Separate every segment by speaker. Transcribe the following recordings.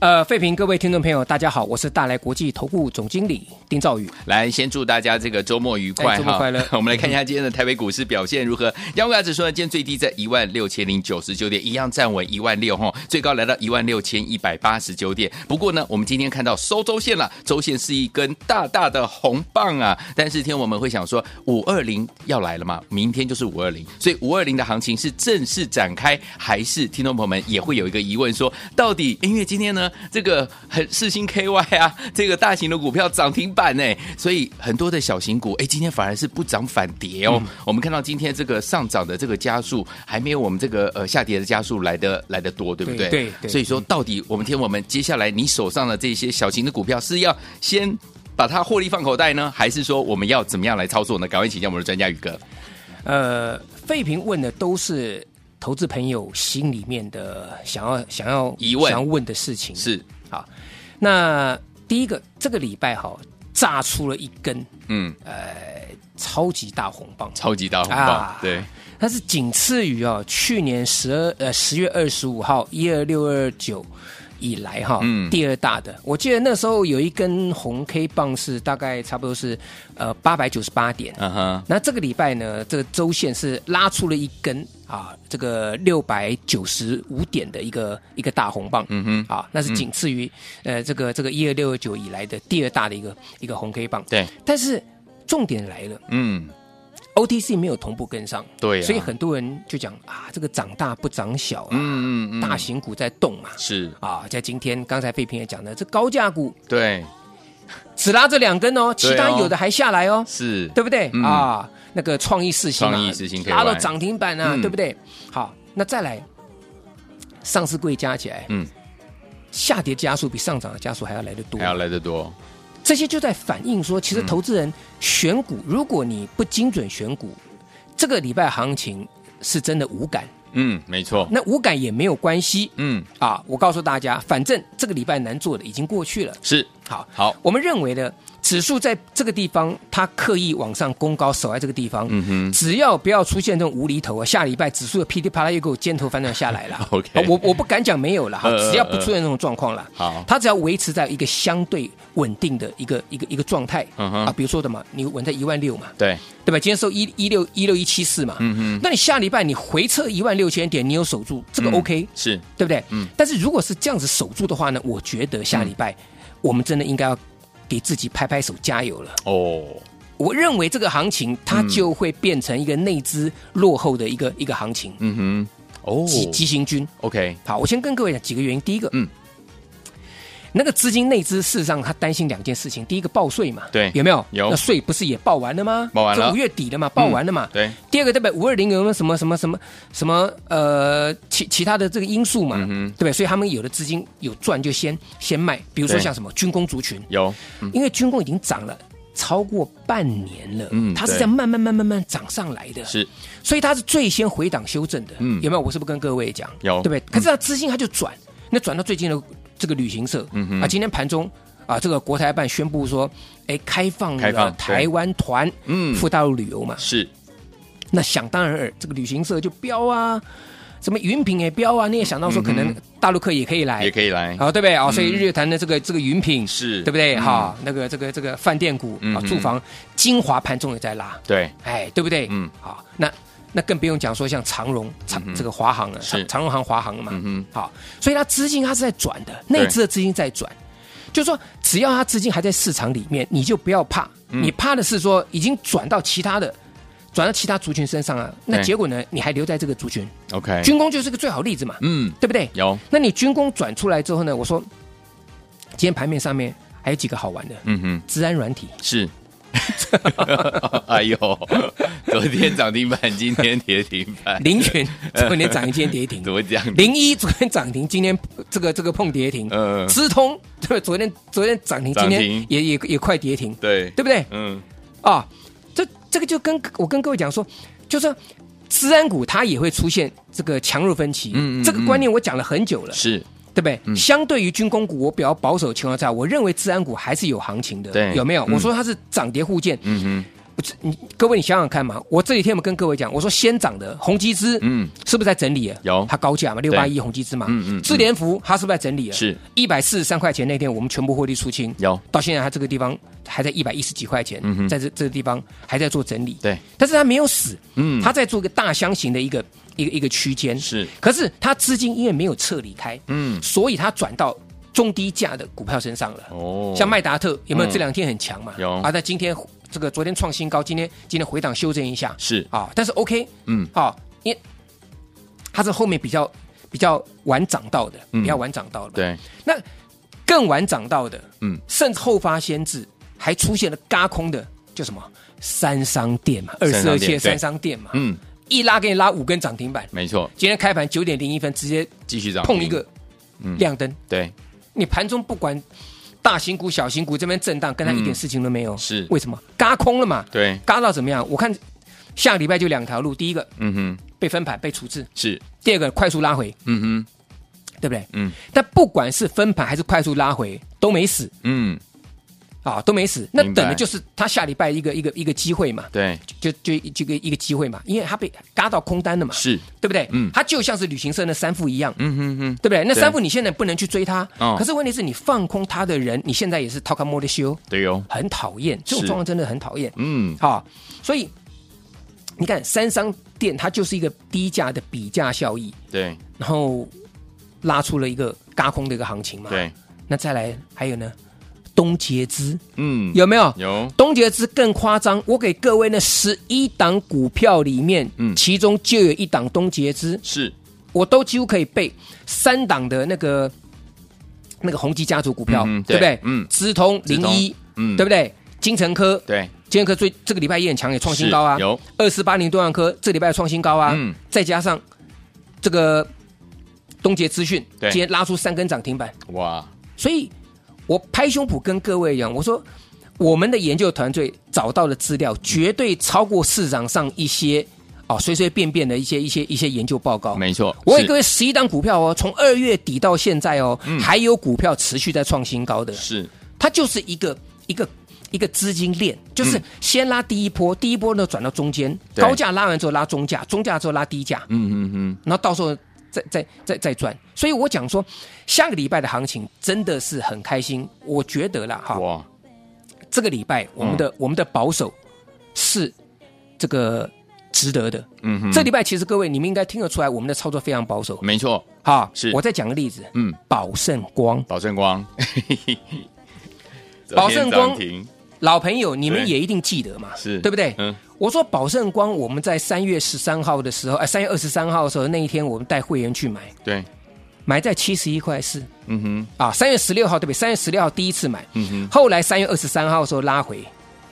Speaker 1: 呃，费评各位听众朋友，大家好，我是大来国际投顾总经理丁兆宇。
Speaker 2: 来，先祝大家这个周末愉快
Speaker 1: 哎周末快乐
Speaker 2: 我们来看一下今天的台北股市表现如何。央股指数呢，今天最低在一万六千零九十九点，一样站稳一万六哈， 最高来到一万六千一百八十九点。不过呢，我们今天看到收周线了，周线是一根大大的红棒啊。但是天我们会想说，五二零要来了嘛，明天就是五二零，所以五二零的行情是正式展开，还是听众朋友们也会有一个疑问说，到底因为今天呢，这个很世新 KY 啊，这个大型的股票涨停板呢，所以很多的小型股，哎，今天反而是不涨反跌哦。
Speaker 1: 嗯
Speaker 2: 我们看到今天这个上涨的这个加速，还没有我们这个呃下跌的加速来的来的多，对不对？
Speaker 1: 对对对
Speaker 2: 所以说，到底我们听我们接下来你手上的这些小型的股票是要先。把它获利放口袋呢，还是说我们要怎么样来操作呢？赶快请教我们的专家宇哥。
Speaker 1: 呃，费评问的都是投资朋友心里面的想要想要
Speaker 2: 疑问
Speaker 1: 想要问的事情。
Speaker 2: 是，
Speaker 1: 好，那第一个这个礼拜哈炸出了一根
Speaker 2: 嗯，
Speaker 1: 超级大红棒，
Speaker 2: 超级大红包，
Speaker 1: 啊
Speaker 2: 对，
Speaker 1: 它是仅次于啊、去年十二呃十月二十五号一二六二九以来哈、
Speaker 2: 嗯
Speaker 1: 第二大的。我记得那时候有一根红 K 棒是大概差不多是呃八百九十八点。
Speaker 2: 嗯哼，
Speaker 1: 那这个礼拜呢，这个周线是拉出了一根啊，这个六百九十五点的一个一个大红棒，
Speaker 2: 嗯哼，
Speaker 1: 啊，那是仅次于、呃这个这个一二六二九以来的第二大的一个一个红 K 棒。
Speaker 2: 对，
Speaker 1: 但是重点来了
Speaker 2: 嗯，
Speaker 1: ，OTC 没有同步跟上，
Speaker 2: 对啊
Speaker 1: 所以很多人就讲啊，这个长大不长小啊，
Speaker 2: 嗯嗯嗯，
Speaker 1: 大型股在动嘛，
Speaker 2: 是，
Speaker 1: 啊，在今天刚才费平也讲了，这高价股
Speaker 2: 对，
Speaker 1: 只拉这两根哦，其他
Speaker 2: 对哦
Speaker 1: 有的还下来哦，
Speaker 2: 是，
Speaker 1: 对不对、
Speaker 2: 嗯
Speaker 1: 啊？那个创意四星、啊，
Speaker 2: 创意四星 KY
Speaker 1: 拉到涨停板啊，
Speaker 2: 嗯
Speaker 1: 对不对？好，那再来，上市柜加起来，
Speaker 2: 嗯，
Speaker 1: 下跌加速比上涨的加速还要来得多
Speaker 2: 还。要来得多，
Speaker 1: 这些就在反映说，其实
Speaker 2: 嗯
Speaker 1: 投资人选股，如果你不精准选股，这个礼拜行情是真的无感。
Speaker 2: 嗯，没错，
Speaker 1: 那无感也没有关系
Speaker 2: 嗯，
Speaker 1: 啊！我告诉大家，反正这个礼拜难做的已经过去了。
Speaker 2: 是，
Speaker 1: 好，
Speaker 2: 好，
Speaker 1: 我们认为呢，指数在这个地方，它刻意往上攻高，守在这个地方，
Speaker 2: 嗯哼
Speaker 1: 只要不要出现这种无厘头啊，下礼拜指数的噼里啪啦又给我尖头翻转下来了
Speaker 2: OK
Speaker 1: 啊我我不敢讲没有了哈，
Speaker 2: 呃呃
Speaker 1: 只要不出现这种状况了，
Speaker 2: 呃好
Speaker 1: 它只要维持在一个相对稳定的一个一个一个状态、
Speaker 2: 嗯哼
Speaker 1: 啊，比如说的嘛，你稳在一万六嘛，
Speaker 2: 对，
Speaker 1: 对吧？今天收一一六一六一七四嘛，
Speaker 2: 嗯哼，
Speaker 1: 那你下礼拜你回撤一万六千点，你有守住，这个
Speaker 2: 嗯
Speaker 1: OK，、
Speaker 2: 是，
Speaker 1: 对不对？
Speaker 2: 嗯
Speaker 1: 但是如果是这样子守住的话呢，我觉得下礼拜我们真的应该要给自己拍拍手，加油了。
Speaker 2: 哦，
Speaker 1: 我认为这个行情它就会变成一个内资落后的一个一个行情，
Speaker 2: 嗯哼，哦
Speaker 1: 急急行军。
Speaker 2: ，OK，
Speaker 1: 好，我先跟各位讲几个原因。第一个，
Speaker 2: 嗯
Speaker 1: 嗯，那个资金内资事实上他担心两件事情，第一个报税嘛，
Speaker 2: 对
Speaker 1: 有没有？
Speaker 2: 有
Speaker 1: 那税不是也报完了吗？
Speaker 2: 报完了
Speaker 1: 这五月底了嘛，报完了嘛。
Speaker 2: 对，
Speaker 1: 第二个对不对？五二零有没有什么什么什么什么呃其其他的这个因素嘛？
Speaker 2: 嗯哼
Speaker 1: 对不对？所以他们有的资金有赚就先先卖，比如说
Speaker 2: 对
Speaker 1: 像什么军工族群，
Speaker 2: 有，
Speaker 1: 因为军工已经涨了超过半年了，
Speaker 2: 嗯
Speaker 1: 它是
Speaker 2: 对
Speaker 1: 在慢慢慢慢慢慢涨上来的，
Speaker 2: 是，
Speaker 1: 所以它是最先回档修正的，
Speaker 2: 嗯
Speaker 1: 有没有？我是不是跟各位讲，
Speaker 2: 有嗯
Speaker 1: 对不对？可是它资金它就转，那转到最近的这个旅行社，
Speaker 2: 嗯
Speaker 1: 啊，今天盘中啊，这个国台办宣布说，哎，开放
Speaker 2: 开放
Speaker 1: 了
Speaker 2: 对
Speaker 1: 台湾团
Speaker 2: 嗯，
Speaker 1: 赴大陆旅游嘛，
Speaker 2: 是，
Speaker 1: 那想当然尔，这个旅行社就标啊，什么云品也标啊，你也想到说可能大陆客也可以来，
Speaker 2: 嗯也可以来，
Speaker 1: 哎好、对不对？哦，所以日月潭的这个这个云品
Speaker 2: 是
Speaker 1: 对不对？哈、那个这个这个饭店股啊、
Speaker 2: 嗯哼
Speaker 1: 住房精华盘中也在拉，
Speaker 2: 对，
Speaker 1: 哎，对不对？
Speaker 2: 嗯，
Speaker 1: 好，那那更不用讲说像长荣、长、这个华航了，啊
Speaker 2: 是
Speaker 1: 长长荣航、华航了嘛，
Speaker 2: 嗯
Speaker 1: 好，所以它资金它是在转的，
Speaker 2: 对
Speaker 1: 内资的资金在转，就是说只
Speaker 2: 嗯
Speaker 1: 要它资金还在市场里面，你就不要怕，你怕的是说已经转到其他的。转到其他族群身上啊，那
Speaker 2: 对
Speaker 1: 结果呢，你还留在这个族群，
Speaker 2: ，OK，
Speaker 1: 军工就是个最好例子嘛，
Speaker 2: 嗯，
Speaker 1: 对不对？
Speaker 2: 有，
Speaker 1: 那你军工转出来之后呢，我说今天盘面上面还有几个好玩的，
Speaker 2: 嗯哼。
Speaker 1: 治安软体，
Speaker 2: 是。 哎呦，昨天涨停板，今天跌停板，
Speaker 1: 林权昨天涨停，今天跌停
Speaker 2: 怎。么讲？
Speaker 1: 零一昨天涨停，今天这个这个碰跌停。
Speaker 2: 嗯嗯
Speaker 1: 资通对吧，昨天昨天涨停，今
Speaker 2: 涨停
Speaker 1: 天也也也快跌停，
Speaker 2: 对
Speaker 1: 对不对？
Speaker 2: 嗯，
Speaker 1: 啊，这这个就跟我跟各位讲说，就是资安股它也会出现这个强弱分歧。
Speaker 2: 嗯嗯嗯
Speaker 1: 这个观念我讲了很久了，
Speaker 2: 是
Speaker 1: 对不对？相对于军工股，我比较保守的情况下，我认为资安股还是有行情的，
Speaker 2: 对
Speaker 1: 有没有？
Speaker 2: 嗯
Speaker 1: 我说它是涨跌互见。
Speaker 2: 嗯哼，
Speaker 1: 不是你各位，你想想看嘛，我这几天有没有跟各位讲，我说先涨的宏基资，
Speaker 2: 嗯，
Speaker 1: 是不是在整理了？
Speaker 2: 有
Speaker 1: 它高价嘛，六八一宏基资嘛，
Speaker 2: 嗯嗯嗯
Speaker 1: 智联福它是不是在整理了？
Speaker 2: 是
Speaker 1: 一百四十三块钱那天，我们全部获利出清，
Speaker 2: 有
Speaker 1: 到现在它这个地方还在一百一十几块钱，
Speaker 2: 嗯哼
Speaker 1: 在这这个地方还在做整理，
Speaker 2: 对，
Speaker 1: 但是它没有死，
Speaker 2: 嗯
Speaker 1: 它在做一个大箱型的一个一个一个区间，
Speaker 2: 是，
Speaker 1: 可是它资金因为没有撤离开，
Speaker 2: 嗯
Speaker 1: 所以它转到中低价的股票身上了，
Speaker 2: 哦
Speaker 1: 像麦达特有没
Speaker 2: 嗯
Speaker 1: 有这两天很强嘛？
Speaker 2: 有
Speaker 1: 啊，那今天这个昨天创新高，今天今天回档修正一下
Speaker 2: 是
Speaker 1: 啊，但是 OK，
Speaker 2: 嗯
Speaker 1: 啊，因为它是后面比较比较晚涨到的，
Speaker 2: 嗯
Speaker 1: 比较晚涨到的，，
Speaker 2: 对，
Speaker 1: 那更晚涨到的，
Speaker 2: 嗯
Speaker 1: 甚至后发先至，还出现了嘎空的，就什么三商店嘛，二
Speaker 2: 三
Speaker 1: 十
Speaker 2: 商
Speaker 1: 二
Speaker 2: 店
Speaker 1: 线三
Speaker 2: 对
Speaker 1: 商店嘛，
Speaker 2: 嗯，
Speaker 1: 一拉给你拉五根涨停板，
Speaker 2: 没错，
Speaker 1: 今天开盘九点零一分直接
Speaker 2: 继续涨停，
Speaker 1: 碰一个
Speaker 2: 嗯
Speaker 1: 亮灯，
Speaker 2: 对，
Speaker 1: 你盘中不管大型股、小型股这边震荡，跟他
Speaker 2: 嗯
Speaker 1: 一点事情都没有。
Speaker 2: 是
Speaker 1: 为什么？嘎空了嘛？
Speaker 2: 对，
Speaker 1: 嘎到怎么样？我看下个礼拜就两条路：第一个
Speaker 2: 嗯哼，
Speaker 1: 被分盘、被处置；
Speaker 2: 是，
Speaker 1: 第二个快速拉回，
Speaker 2: 嗯哼，
Speaker 1: 对不对？
Speaker 2: 嗯。
Speaker 1: 但不管是分盘还是快速拉回，都没死
Speaker 2: 嗯，
Speaker 1: 啊，都没死。那
Speaker 2: 明白
Speaker 1: 等的就是他下礼拜一个一个一个机会嘛，
Speaker 2: 对，
Speaker 1: 就就这个一个机会嘛，因为他被嘎到空单了嘛，
Speaker 2: 是，
Speaker 1: 对不对？
Speaker 2: 嗯
Speaker 1: 他就像是旅行社那三副一样，
Speaker 2: 嗯哼哼，
Speaker 1: 对不对？那
Speaker 2: 对
Speaker 1: 三副你现在不能去追他，
Speaker 2: 哦
Speaker 1: 可是问题是你放空他的人，你现在也是掏开摸的修，
Speaker 2: 对哦，
Speaker 1: 很讨厌，这种
Speaker 2: 是
Speaker 1: 状况真的很讨厌
Speaker 2: 嗯，
Speaker 1: 啊！所以你看，三商店它就是一个低价的比价效益，
Speaker 2: 对
Speaker 1: 然后拉出了一个嘎空的一个行情嘛。，
Speaker 2: 对，
Speaker 1: 那再来还有呢，东杰资
Speaker 2: 嗯，
Speaker 1: 有没有？
Speaker 2: 有，
Speaker 1: 东杰资更夸张，我给各位那十一档股票里面，
Speaker 2: 嗯
Speaker 1: 其中就有一档东杰资，
Speaker 2: 是，
Speaker 1: 我都几乎可以背三档的那个那个宏基家族股票，
Speaker 2: 嗯哼
Speaker 1: 对不对
Speaker 2: 对？嗯
Speaker 1: 资通
Speaker 2: 资
Speaker 1: 零
Speaker 2: 通
Speaker 1: 一，
Speaker 2: 嗯
Speaker 1: 对不对？金城科，
Speaker 2: 对，
Speaker 1: 金城科最这个礼拜也很强，也创新高啊
Speaker 2: 是，有，
Speaker 1: 二四八零多万科，这礼拜创新高啊，
Speaker 2: 嗯
Speaker 1: 再加上这个东杰资讯，
Speaker 2: 对
Speaker 1: 今天拉出三根涨停板，
Speaker 2: 哇，
Speaker 1: 所以我拍胸脯跟各位讲，我说我们的研究团队找到的资料绝对超过市场上一些哦随随便便的一些一些一些研究报告，
Speaker 2: 没错，
Speaker 1: 哦我给
Speaker 2: 是嗯
Speaker 1: 各位十一档股票哦，从二月底到现在哦，还有股票持续在创新高的，
Speaker 2: 是，
Speaker 1: 它就是一个一个一个资金链，就是先拉第一波，第一波呢转到中间，
Speaker 2: 嗯对
Speaker 1: 高价拉完之后拉中价，中价之后拉低价，
Speaker 2: 嗯嗯嗯，
Speaker 1: 然后到时候再再再再赚。所以我讲说，下个礼拜的行情真的是很开心，我觉得啦哈，
Speaker 2: 哇，
Speaker 1: 这个礼拜我们
Speaker 2: 嗯
Speaker 1: 的、我们的保守是这个值得的。
Speaker 2: 嗯哼，
Speaker 1: 这礼拜其实各位你们应该听得出来，我们的操作非常保守。
Speaker 2: 没错，
Speaker 1: 好，
Speaker 2: 是
Speaker 1: 我再讲个例子，
Speaker 2: 嗯，
Speaker 1: 宝盛光，
Speaker 2: 宝盛光，
Speaker 1: 宝盛光
Speaker 2: 昨天涨停
Speaker 1: 老朋友，你们
Speaker 2: 对
Speaker 1: 也一定记得嘛，
Speaker 2: 是
Speaker 1: 对不对？
Speaker 2: 嗯
Speaker 1: 我说宝盛光，我们在三月十三号的时候，哎、呃，三月二十三号的时候，那一天我们带会员去买，
Speaker 2: 对，
Speaker 1: 买在七十一块四
Speaker 2: 嗯哼，
Speaker 1: 啊，三月十六号对不对？三月十六号第一次买，
Speaker 2: 嗯哼，
Speaker 1: 后来三月二十三号的时候拉回，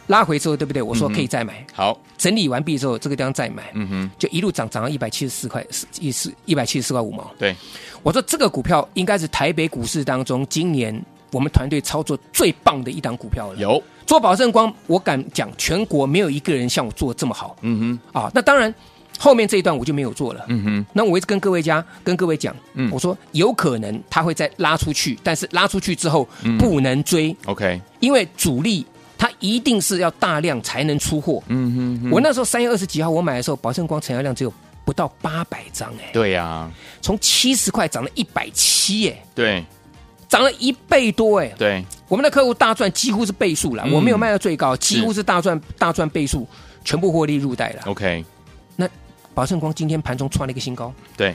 Speaker 1: 拉回之后对不对？我说可以再买，
Speaker 2: 好，
Speaker 1: 整理完毕之后这个地方再买，
Speaker 2: 嗯哼，
Speaker 1: 就一路涨涨到一百七十四块，一四一百七十四块五毛。
Speaker 2: 对，
Speaker 1: 我说这个股票应该是台北股市当中今年我们团队操作最棒的一档股票了。
Speaker 2: 有，
Speaker 1: 做保证光，我敢讲，全国没有一个人像我做的这么好
Speaker 2: 嗯哼，
Speaker 1: 啊！那当然，后面这一段我就没有做了。
Speaker 2: 嗯哼，
Speaker 1: 那我一直跟各位家、跟各位讲，
Speaker 2: 嗯
Speaker 1: 我说有可能它会再拉出去，但是拉出去之后
Speaker 2: 嗯
Speaker 1: 不能追，
Speaker 2: ，OK，
Speaker 1: 因为主力它一定是要大量才能出货。
Speaker 2: 嗯哼哼，
Speaker 1: 我那时候三月二十几号我买的时候，保证光成交量只有不到八百张，哎，
Speaker 2: 对呀，
Speaker 1: 从七十块涨了一百七，哎，
Speaker 2: 对
Speaker 1: 涨了一倍多，哎，
Speaker 2: 对，
Speaker 1: 我们的客户大赚几乎是倍数了，
Speaker 2: 嗯
Speaker 1: 我没有卖到最高，几乎是大赚大赚倍数，全部获利入袋了。
Speaker 2: OK，
Speaker 1: 宝盛光今天盘中创了一个新高，
Speaker 2: 对，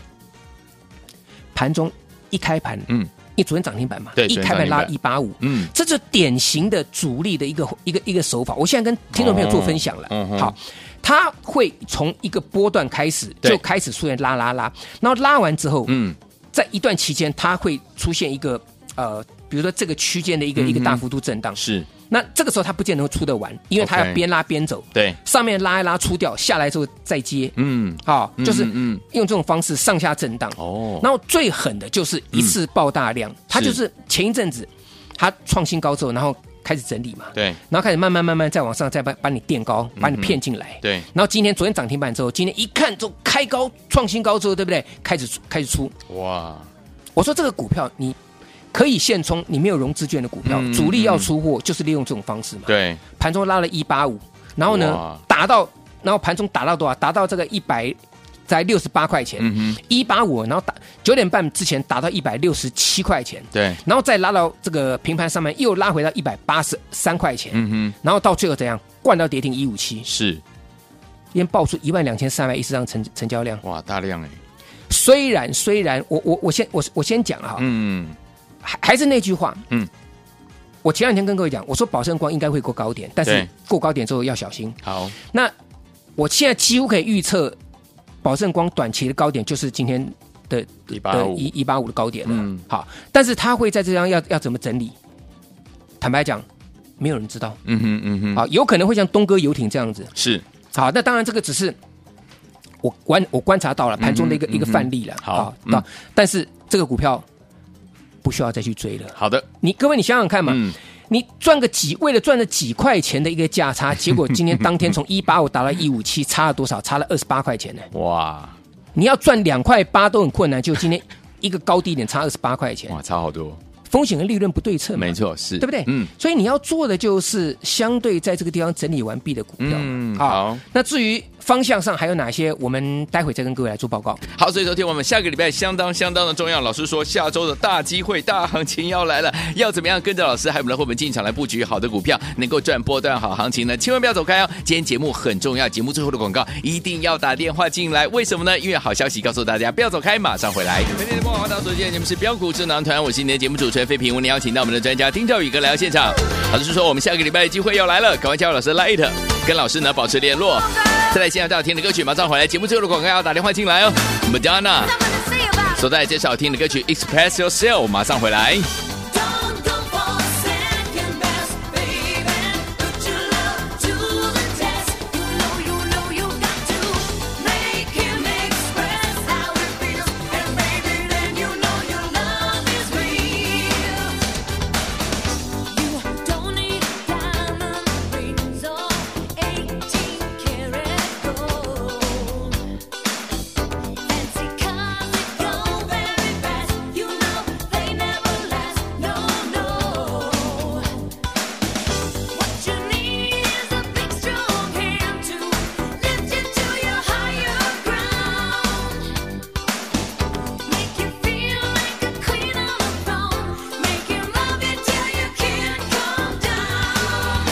Speaker 1: 盘中一开盘，
Speaker 2: 嗯
Speaker 1: 你昨天涨停板嘛，
Speaker 2: 对
Speaker 1: 一开盘拉一八五，
Speaker 2: 嗯，
Speaker 1: 这就典型的主力的一个一个一个手法。我现在跟听众朋友做分享了，
Speaker 2: 哦嗯哼
Speaker 1: 好，它会从一个波段开始
Speaker 2: 对
Speaker 1: 就开始出现拉拉拉，然后拉完之后，
Speaker 2: 嗯，
Speaker 1: 在一段期间它会出现一个呃，比如说这个区间的一个、一个大幅度震荡。
Speaker 2: 嗯是，
Speaker 1: 那这个时候它不见得会出得完，因为它
Speaker 2: OK
Speaker 1: 要边拉边走，
Speaker 2: 对，
Speaker 1: 上面拉一拉出掉，下来之后再接，
Speaker 2: 嗯，
Speaker 1: 好、
Speaker 2: 嗯
Speaker 1: 就是
Speaker 2: 嗯嗯
Speaker 1: 用这种方式上下震荡。
Speaker 2: 哦，嗯
Speaker 1: 然后最狠的就是一次爆大量，它
Speaker 2: 是
Speaker 1: 就是前一阵子它创新高之后，然后开始整理嘛，
Speaker 2: 对嗯
Speaker 1: 然后开始慢慢慢慢再往上，再把把你垫高，把你骗进来。
Speaker 2: 对，
Speaker 1: 然后今天昨天涨停板之后，今天一看就开高创新高之后，对不对？开始出开始出，
Speaker 2: 哇，
Speaker 1: 我说这个股票你可以现冲，你没有融资券的股票，
Speaker 2: 嗯
Speaker 1: 主力
Speaker 2: 嗯
Speaker 1: 要出货就是利用这种方式嘛。
Speaker 2: 对，
Speaker 1: 盘中拉了一八五，然后呢
Speaker 2: 哇
Speaker 1: 打到，然后盘中打到多少？打到这个一百在六十八块钱，
Speaker 2: 嗯哼，
Speaker 1: 一八五，然后打九点半之前打到一百六十七块钱，
Speaker 2: 对，
Speaker 1: 然后再拉到这个平盘上面，又拉回到一百八十三块钱，
Speaker 2: 嗯哼，
Speaker 1: 然后到最后怎样？灌到跌停一五七，
Speaker 2: 是，
Speaker 1: 先爆出一万两千三百一十张成成交量。
Speaker 2: 哇，大量哎，
Speaker 1: 虽然虽然我我我先我我先讲了哈，
Speaker 2: 嗯，
Speaker 1: 还还是那句话，
Speaker 2: 嗯
Speaker 1: 嗯，我前两天跟各位讲，我说宝盛光应该会过高点，但是
Speaker 2: 对
Speaker 1: 过高点之后要小心。
Speaker 2: 好，
Speaker 1: 那我现在几乎可以预测，宝盛光短期的高点就是今天的的
Speaker 2: 185
Speaker 1: 一一八五的高点了。
Speaker 2: 嗯
Speaker 1: 好，但是它会在这张要要怎么整理？坦白讲，没有人知道。
Speaker 2: 嗯哼，嗯哼，
Speaker 1: 好，有可能会像东哥游艇这样子。
Speaker 2: 是，
Speaker 1: 好，那当然这个只是我观我观察到了盘中的一个、
Speaker 2: 嗯哼
Speaker 1: 一个范例了。
Speaker 2: 好嗯
Speaker 1: 那、但是这个股票不需要再去追了。
Speaker 2: 好的，
Speaker 1: 你各位，你想想看嘛，
Speaker 2: 嗯，
Speaker 1: 你赚个几，为了赚了几块钱的一个价差，结果今天当天从一八五打到一五七，差了多少？差了二十八块钱呢。
Speaker 2: 哇，
Speaker 1: 你要赚两块八都很困难，就今天一个高低点差二十八块钱，
Speaker 2: 哇，差好多，
Speaker 1: 风险跟利润不对称嘛，
Speaker 2: 没，错，是，
Speaker 1: 对不对？
Speaker 2: 嗯，，
Speaker 1: 所以你要做的就是相对在这个地方整理完毕的股票嘛。
Speaker 2: 嗯
Speaker 1: 啊
Speaker 2: 好
Speaker 1: 那至于方向上还有哪些，我们待会再跟各位来做报告。
Speaker 2: 好，所以昨天我们下个礼拜相当相当的重要。老师说，下周的大机会、大行情要来了，要怎么样跟着老师还有我们的伙伴进场来布局好的股票，能够赚波段好行情呢？千万不要走开哦！今天节目很重要，节目最后的广告一定要打电话进来，为什么呢？因为好消息告诉大家，不要走开，马上回来。每天的播报到所见，你们是标股智囊团，我是你的节目主持人费平，我们邀请到我们的专家丁兆宇哥来到现场。老师说，我们下个礼拜的机会要来了，赶快叫老师 l i t 跟老师呢保持联络。再来欣赏到听的歌曲，马上回来。节目最后的广告要打电话进来哦。Madonna 所带来这首好听的歌曲《Express Yourself》，马上回来。
Speaker 3: Don't go for second best, baby. Put your love to the test. You know, you know, you got to make him express how it feels, and baby, then you know your love is real. You don't need diamond rings or 18 karat gold. Fancy cars go very fast. You know they never last. No, no. What you need is a big strong hand to lift you to your higher ground. Make you feel like a queen on a throne. Make you love you till you can't come down.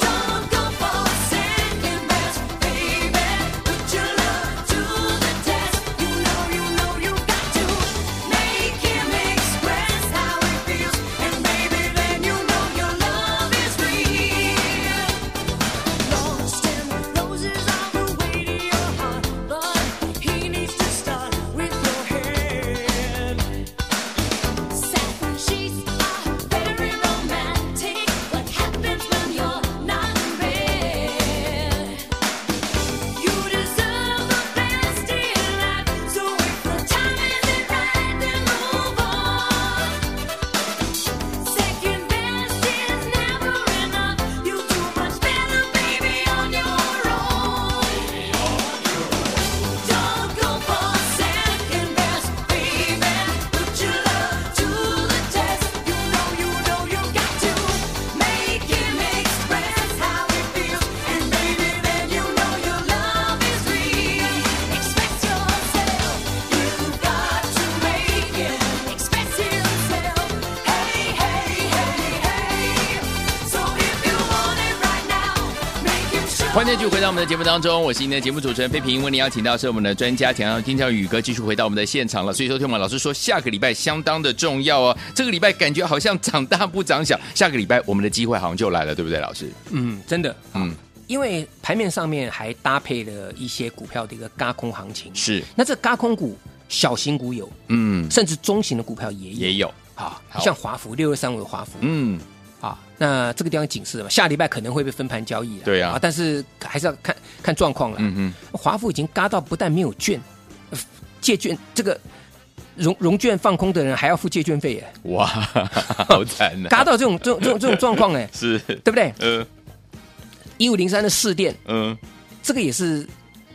Speaker 3: Don't go for second best, baby. Put your love to the test. You know, you know, you got to make him express how it feels, and baby, then you know your love is real. Lost and roses on the way to your heart, but he needs to start with your hand. Satin sheets are very romantic. What happens when you're not in You deserve the best in life, so if the time isn't right, then move on. Second best is never enough. You do much better, baby, on your own. Don't go for second best, baby. Put your love to the test. You know, you know, you got to make him express how he feels, and baby, then you know your love is real. Express yourself. You've got to make him express himself. Hey, hey, hey, hey. So if you want it right now, make him show.
Speaker 2: 欢迎继续回到我们的节目当中，我是您的节目主持人飞平。为您邀请到是我们的专家田耀丁教宇哥继续回到我们的现场了。所以说，听我们老师说，下个礼拜相当的重要哦。这个礼拜感觉好像长大不长小，下个礼拜我们的机会好像就来了，对不对，老师？
Speaker 1: 嗯，真的，
Speaker 2: 嗯
Speaker 1: 嗯，因为盘面上面还搭配了一些股票的一个轧空行情。
Speaker 2: 是，
Speaker 1: 那这轧空股，小型股有，
Speaker 2: 嗯，
Speaker 1: 甚至中型的股票也有。
Speaker 2: 也有，
Speaker 1: 啊
Speaker 2: 好，
Speaker 1: 像华孚六二三五的华孚，
Speaker 2: 嗯，
Speaker 1: 啊，那这个地方警示了嘛，下礼拜可能会被分盘交易了。
Speaker 2: 对啊
Speaker 1: 但是还是要看看状况了。
Speaker 2: 嗯
Speaker 1: 华富已经嘎到不但没有券，呃借券这个融融券放空的人还要付借券费耶，
Speaker 2: 哼，哇， 好惨呐，，
Speaker 1: 嘎到这种这种这种这种状况哎
Speaker 2: 是，
Speaker 1: 对不对？
Speaker 2: 呃，
Speaker 1: 一五零三的市电，
Speaker 2: 嗯，
Speaker 1: 这个也是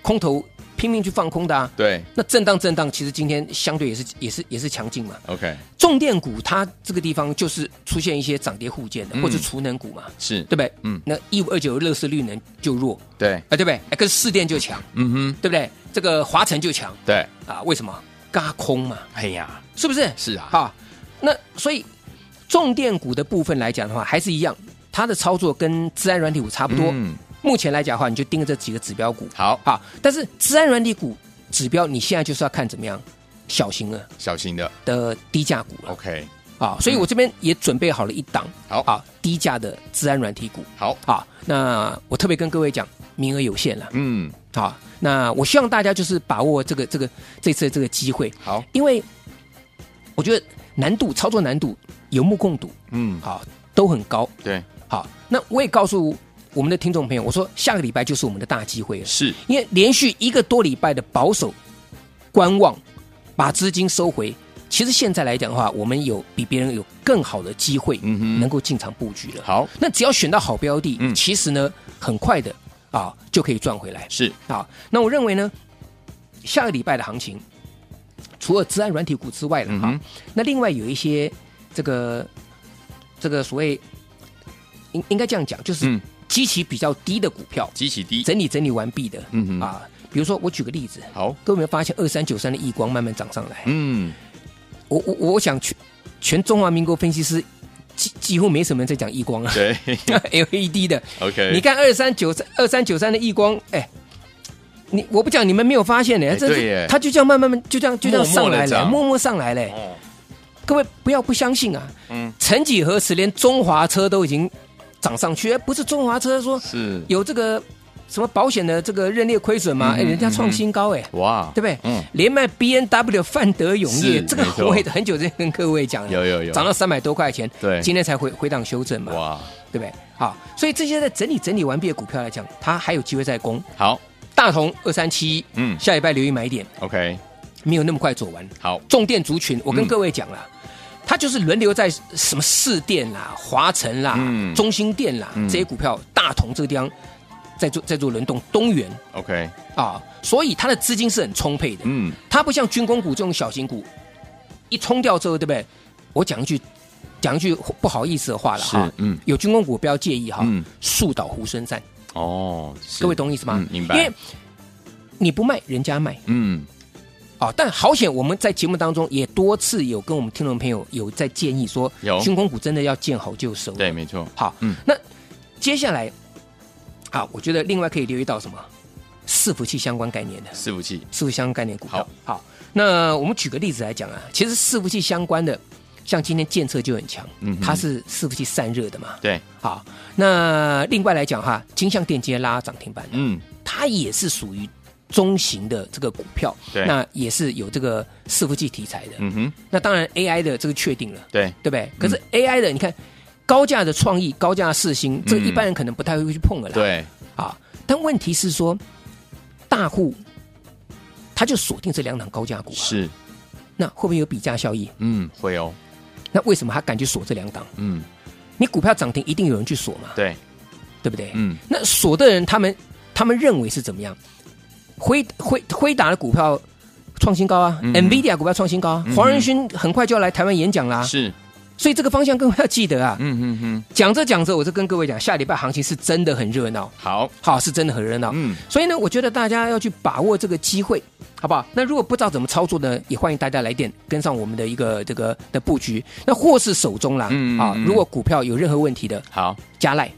Speaker 1: 空头拼命去放空的啊。
Speaker 2: 对
Speaker 1: 那震荡震荡，其实今天相对也是也是也是强劲嘛。
Speaker 2: ，OK，
Speaker 1: 重电股它这个地方就是出现一些涨跌互见的，
Speaker 2: 嗯
Speaker 1: 或者储能股嘛，
Speaker 2: 是
Speaker 1: 对不对？
Speaker 2: 嗯
Speaker 1: 那一五二九乐视绿能就弱，
Speaker 2: 对，
Speaker 1: 啊，对不对？哎，跟市电就强，
Speaker 2: 嗯哼，
Speaker 1: 对不对？这个华晨就强
Speaker 2: 对，
Speaker 1: 啊？为什么？嘎空嘛，
Speaker 2: 哎呀，
Speaker 1: 是不是？
Speaker 2: 是啊，
Speaker 1: 好，那所以重电股的部分来讲的话，还是一样，它的操作跟自然软体股差不多。
Speaker 2: 嗯
Speaker 1: 目前来讲的话，你就盯着这几个指标股。
Speaker 2: 好，
Speaker 1: 好，但是自然软体股指标，你现在就是要看怎么样小型的
Speaker 2: 小心的
Speaker 1: 的低价股了
Speaker 2: ，OK，
Speaker 1: 啊。所以我这边也准备好了一档
Speaker 2: 好
Speaker 1: 啊低价的自然软体股
Speaker 2: 好，
Speaker 1: 啊。那我特别跟各位讲，名额有限了。
Speaker 2: 嗯，
Speaker 1: 好，那我希望大家就是把握这个这个这次的这个机会，
Speaker 2: 好，
Speaker 1: 因为我觉得难度操作难度有目共睹，
Speaker 2: 嗯，
Speaker 1: 好都很高。
Speaker 2: 对，
Speaker 1: 好，那我也告诉我们的听众朋友，我说下个礼拜就是我们的大机会了，
Speaker 2: 是，
Speaker 1: 因为连续一个多礼拜的保守观望，把资金收回。其实现在来讲的话，我们有比别人有更好的机会，
Speaker 2: 嗯哼
Speaker 1: 能够进场布局了。
Speaker 2: 好，
Speaker 1: 那只要选到好标的，
Speaker 2: 嗯
Speaker 1: 其实呢，很快的啊就可以赚回来。
Speaker 2: 是，
Speaker 1: 好，那我认为呢，下个礼拜的行情，除了治安软体股之外了
Speaker 2: 嗯
Speaker 1: 哈、
Speaker 2: 哼
Speaker 1: 那另外有一些这个这个所谓应应该这样讲，就是
Speaker 2: 嗯
Speaker 1: 基期比较低的股票，
Speaker 2: 机起低，
Speaker 1: 整理整理完毕的，
Speaker 2: 嗯哼
Speaker 1: 啊，比如说我举个例子，
Speaker 2: 好，
Speaker 1: 各位有没有发现二三九三的易光慢慢涨上来？
Speaker 2: 嗯，
Speaker 1: 我我我想全全中华民国分析师几几乎没什么人在讲易光啊了
Speaker 2: 对
Speaker 1: ，LED 的，
Speaker 2: ，OK，
Speaker 1: 你看二三九三二三九三的易光，哎，你我不讲，你们没有发现呢、
Speaker 2: 哎
Speaker 1: 这
Speaker 2: 对耶
Speaker 1: 是它就这样慢慢慢就这样就这样
Speaker 2: 默
Speaker 1: 上来
Speaker 2: 默地
Speaker 1: 了，
Speaker 2: 涨
Speaker 1: 默默上来了。
Speaker 2: 哦，
Speaker 1: 各位不要不相信啊！
Speaker 2: 嗯，
Speaker 1: 曾几何时，连中华车都已经涨上去，哎不是中华车说
Speaker 2: 是，
Speaker 1: 有这个什么保险的这个认列亏损吗？
Speaker 2: 嗯
Speaker 1: 哎，人家创新高哎，
Speaker 2: 哇，
Speaker 1: 对不对？
Speaker 2: 嗯，
Speaker 1: 连卖 B N W 范德永业，
Speaker 2: 是
Speaker 1: 这个
Speaker 2: 没错
Speaker 1: 我也很久之前跟各位讲了，
Speaker 2: 有有有
Speaker 1: 涨到三百多块钱，
Speaker 2: 对
Speaker 1: 今天才回回档修正嘛，
Speaker 2: 哇，
Speaker 1: 对不对？好，所以这些在整理整理完毕的股票来讲，它还有机会再攻。
Speaker 2: 好，
Speaker 1: 大同二三七一，
Speaker 2: 嗯
Speaker 1: 下礼拜留意买点，
Speaker 2: ，OK，
Speaker 1: 没有那么快走完。
Speaker 2: 好，
Speaker 1: 重电族群，我跟
Speaker 2: 嗯
Speaker 1: 各位讲了，它就是轮流在什么市电啦、华晨啦、
Speaker 2: 嗯
Speaker 1: 中兴电啦、
Speaker 2: 嗯
Speaker 1: 这些股票，大同这个地方在做在做轮动，东元
Speaker 2: OK，
Speaker 1: 啊，所以它的资金是很充沛的。
Speaker 2: 嗯，
Speaker 1: 它不像军工股这种小型股，一冲掉之后，对不对？我讲一句，讲一句不好意思的话了
Speaker 2: 是
Speaker 1: 哈，，
Speaker 2: 嗯，
Speaker 1: 有军工股不要介意哈
Speaker 2: 嗯，
Speaker 1: 树倒猢狲散，
Speaker 2: 哦，是
Speaker 1: 各位，懂我意思吗
Speaker 2: 嗯？明白
Speaker 1: 因为你不卖，人家卖
Speaker 2: 嗯，
Speaker 1: 啊、但好险，我们在节目当中也多次有跟我们听众朋友有在建议说，
Speaker 2: 有
Speaker 1: 军工股真的要见好就收。
Speaker 2: 对，，没错，
Speaker 1: 好，
Speaker 2: 嗯
Speaker 1: 那接下来啊，我觉得另外可以留意到什么？伺服器相关概念的
Speaker 2: 伺服器，
Speaker 1: 伺服器相关概念股票。好，那我们举个例子来讲啊，其实伺服器相关的，像今天建测就很强，
Speaker 2: 嗯哼
Speaker 1: 它是伺服器散热的嘛。
Speaker 2: 对，
Speaker 1: 好，那另外来讲哈，金像电今天拉涨停板，
Speaker 2: 嗯，
Speaker 1: 它也是属于中型的这个股票，
Speaker 2: 对
Speaker 1: 那也是有这个伺服器题材的。
Speaker 2: 嗯哼，
Speaker 1: 那当然 AI 的这个确定了，
Speaker 2: 对，
Speaker 1: 对不对？可是 AI 的，你看高价的创意、高价的四星，这个
Speaker 2: 嗯
Speaker 1: 一般人可能不太会去碰的啦。
Speaker 2: 对，
Speaker 1: 啊，但问题是说，大户他就锁定这两档高价股、啊，
Speaker 2: 是，
Speaker 1: 那会不会有比价效益？
Speaker 2: 嗯，会哦，
Speaker 1: 那为什么他敢去锁这两档？
Speaker 2: 嗯，
Speaker 1: 你股票涨停一定有人去锁嘛，
Speaker 2: 对，
Speaker 1: 对不对？
Speaker 2: 嗯，
Speaker 1: 那锁的人，他们他们认为是怎么样？辉辉辉达的股票创新高啊、
Speaker 2: 嗯
Speaker 1: n v i d i a 股票创新高啊，
Speaker 2: 嗯
Speaker 1: 黄仁勋很快就要来台湾演讲啦、
Speaker 2: 是，
Speaker 1: 所以这个方向各位要记得啊。
Speaker 2: 嗯嗯嗯，
Speaker 1: 讲着讲着，我就跟各位讲，下礼拜行情是真的很热闹，
Speaker 2: 好，
Speaker 1: 好，是真的很热闹。
Speaker 2: 嗯，
Speaker 1: 所以呢，我觉得大家要去把握这个机会，好不好？那如果不知道怎么操作呢，也欢迎大家来电跟上我们的一个这个的布局。那或是手中啦，
Speaker 2: 嗯嗯
Speaker 1: 啊
Speaker 2: 嗯，
Speaker 1: 如果股票有任何问题的，
Speaker 2: 好，
Speaker 1: 加赖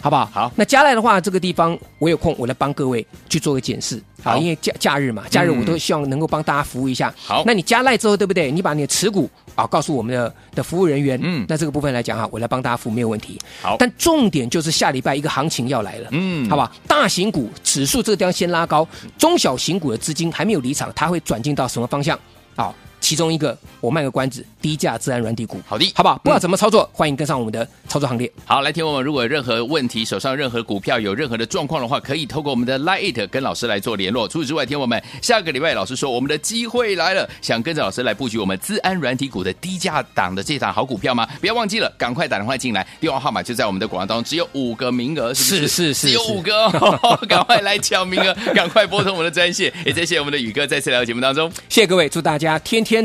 Speaker 1: 好不好？
Speaker 2: 好
Speaker 1: 那加赖的话，这个地方我有空，我来帮各位去做个检视。
Speaker 2: 好
Speaker 1: 好，因为假假日嘛，假日
Speaker 2: 嗯
Speaker 1: 我都希望能够帮大家服务一下。
Speaker 2: 好
Speaker 1: 那你加赖之后，对不对？你把你的持股啊告诉我们的的服务人员，
Speaker 2: 嗯
Speaker 1: 嗯，那这个部分来讲哈，我来帮大家服务没有问题。
Speaker 2: 好
Speaker 1: 但重点就是下礼拜一个行情要来了，
Speaker 2: 嗯
Speaker 1: 嗯，好吧，大型股指数这个地方先拉高，中小型股的资金还没有离场，它会转进到什么方向？好，其中一个我卖个关子，低价自然软底股，
Speaker 2: 好的
Speaker 1: 好不好？不知道
Speaker 2: 嗯
Speaker 1: 怎么操作，欢迎跟上我们的操作行列。
Speaker 2: 好，来，听我们，如果有任何问题，手上任何股票有任何的状况的话，可以透过我们的 Lite 跟老师来做联络。除此之外，听我们，下个礼拜老师说我们的机会来了，想跟着老师来布局我们资安软体股的低价档的这档好股票吗？不要忘记了，赶快打电话进来，电话号码就在我们的广告当中，只有五个名额，是不是？
Speaker 1: 是是是
Speaker 2: 只有
Speaker 1: 是
Speaker 2: 五个、 哦，赶快来抢名额，赶快拨通我们的专线。也谢谢我们的宇哥再次来到节目当中，
Speaker 1: 谢谢各位，祝大家天天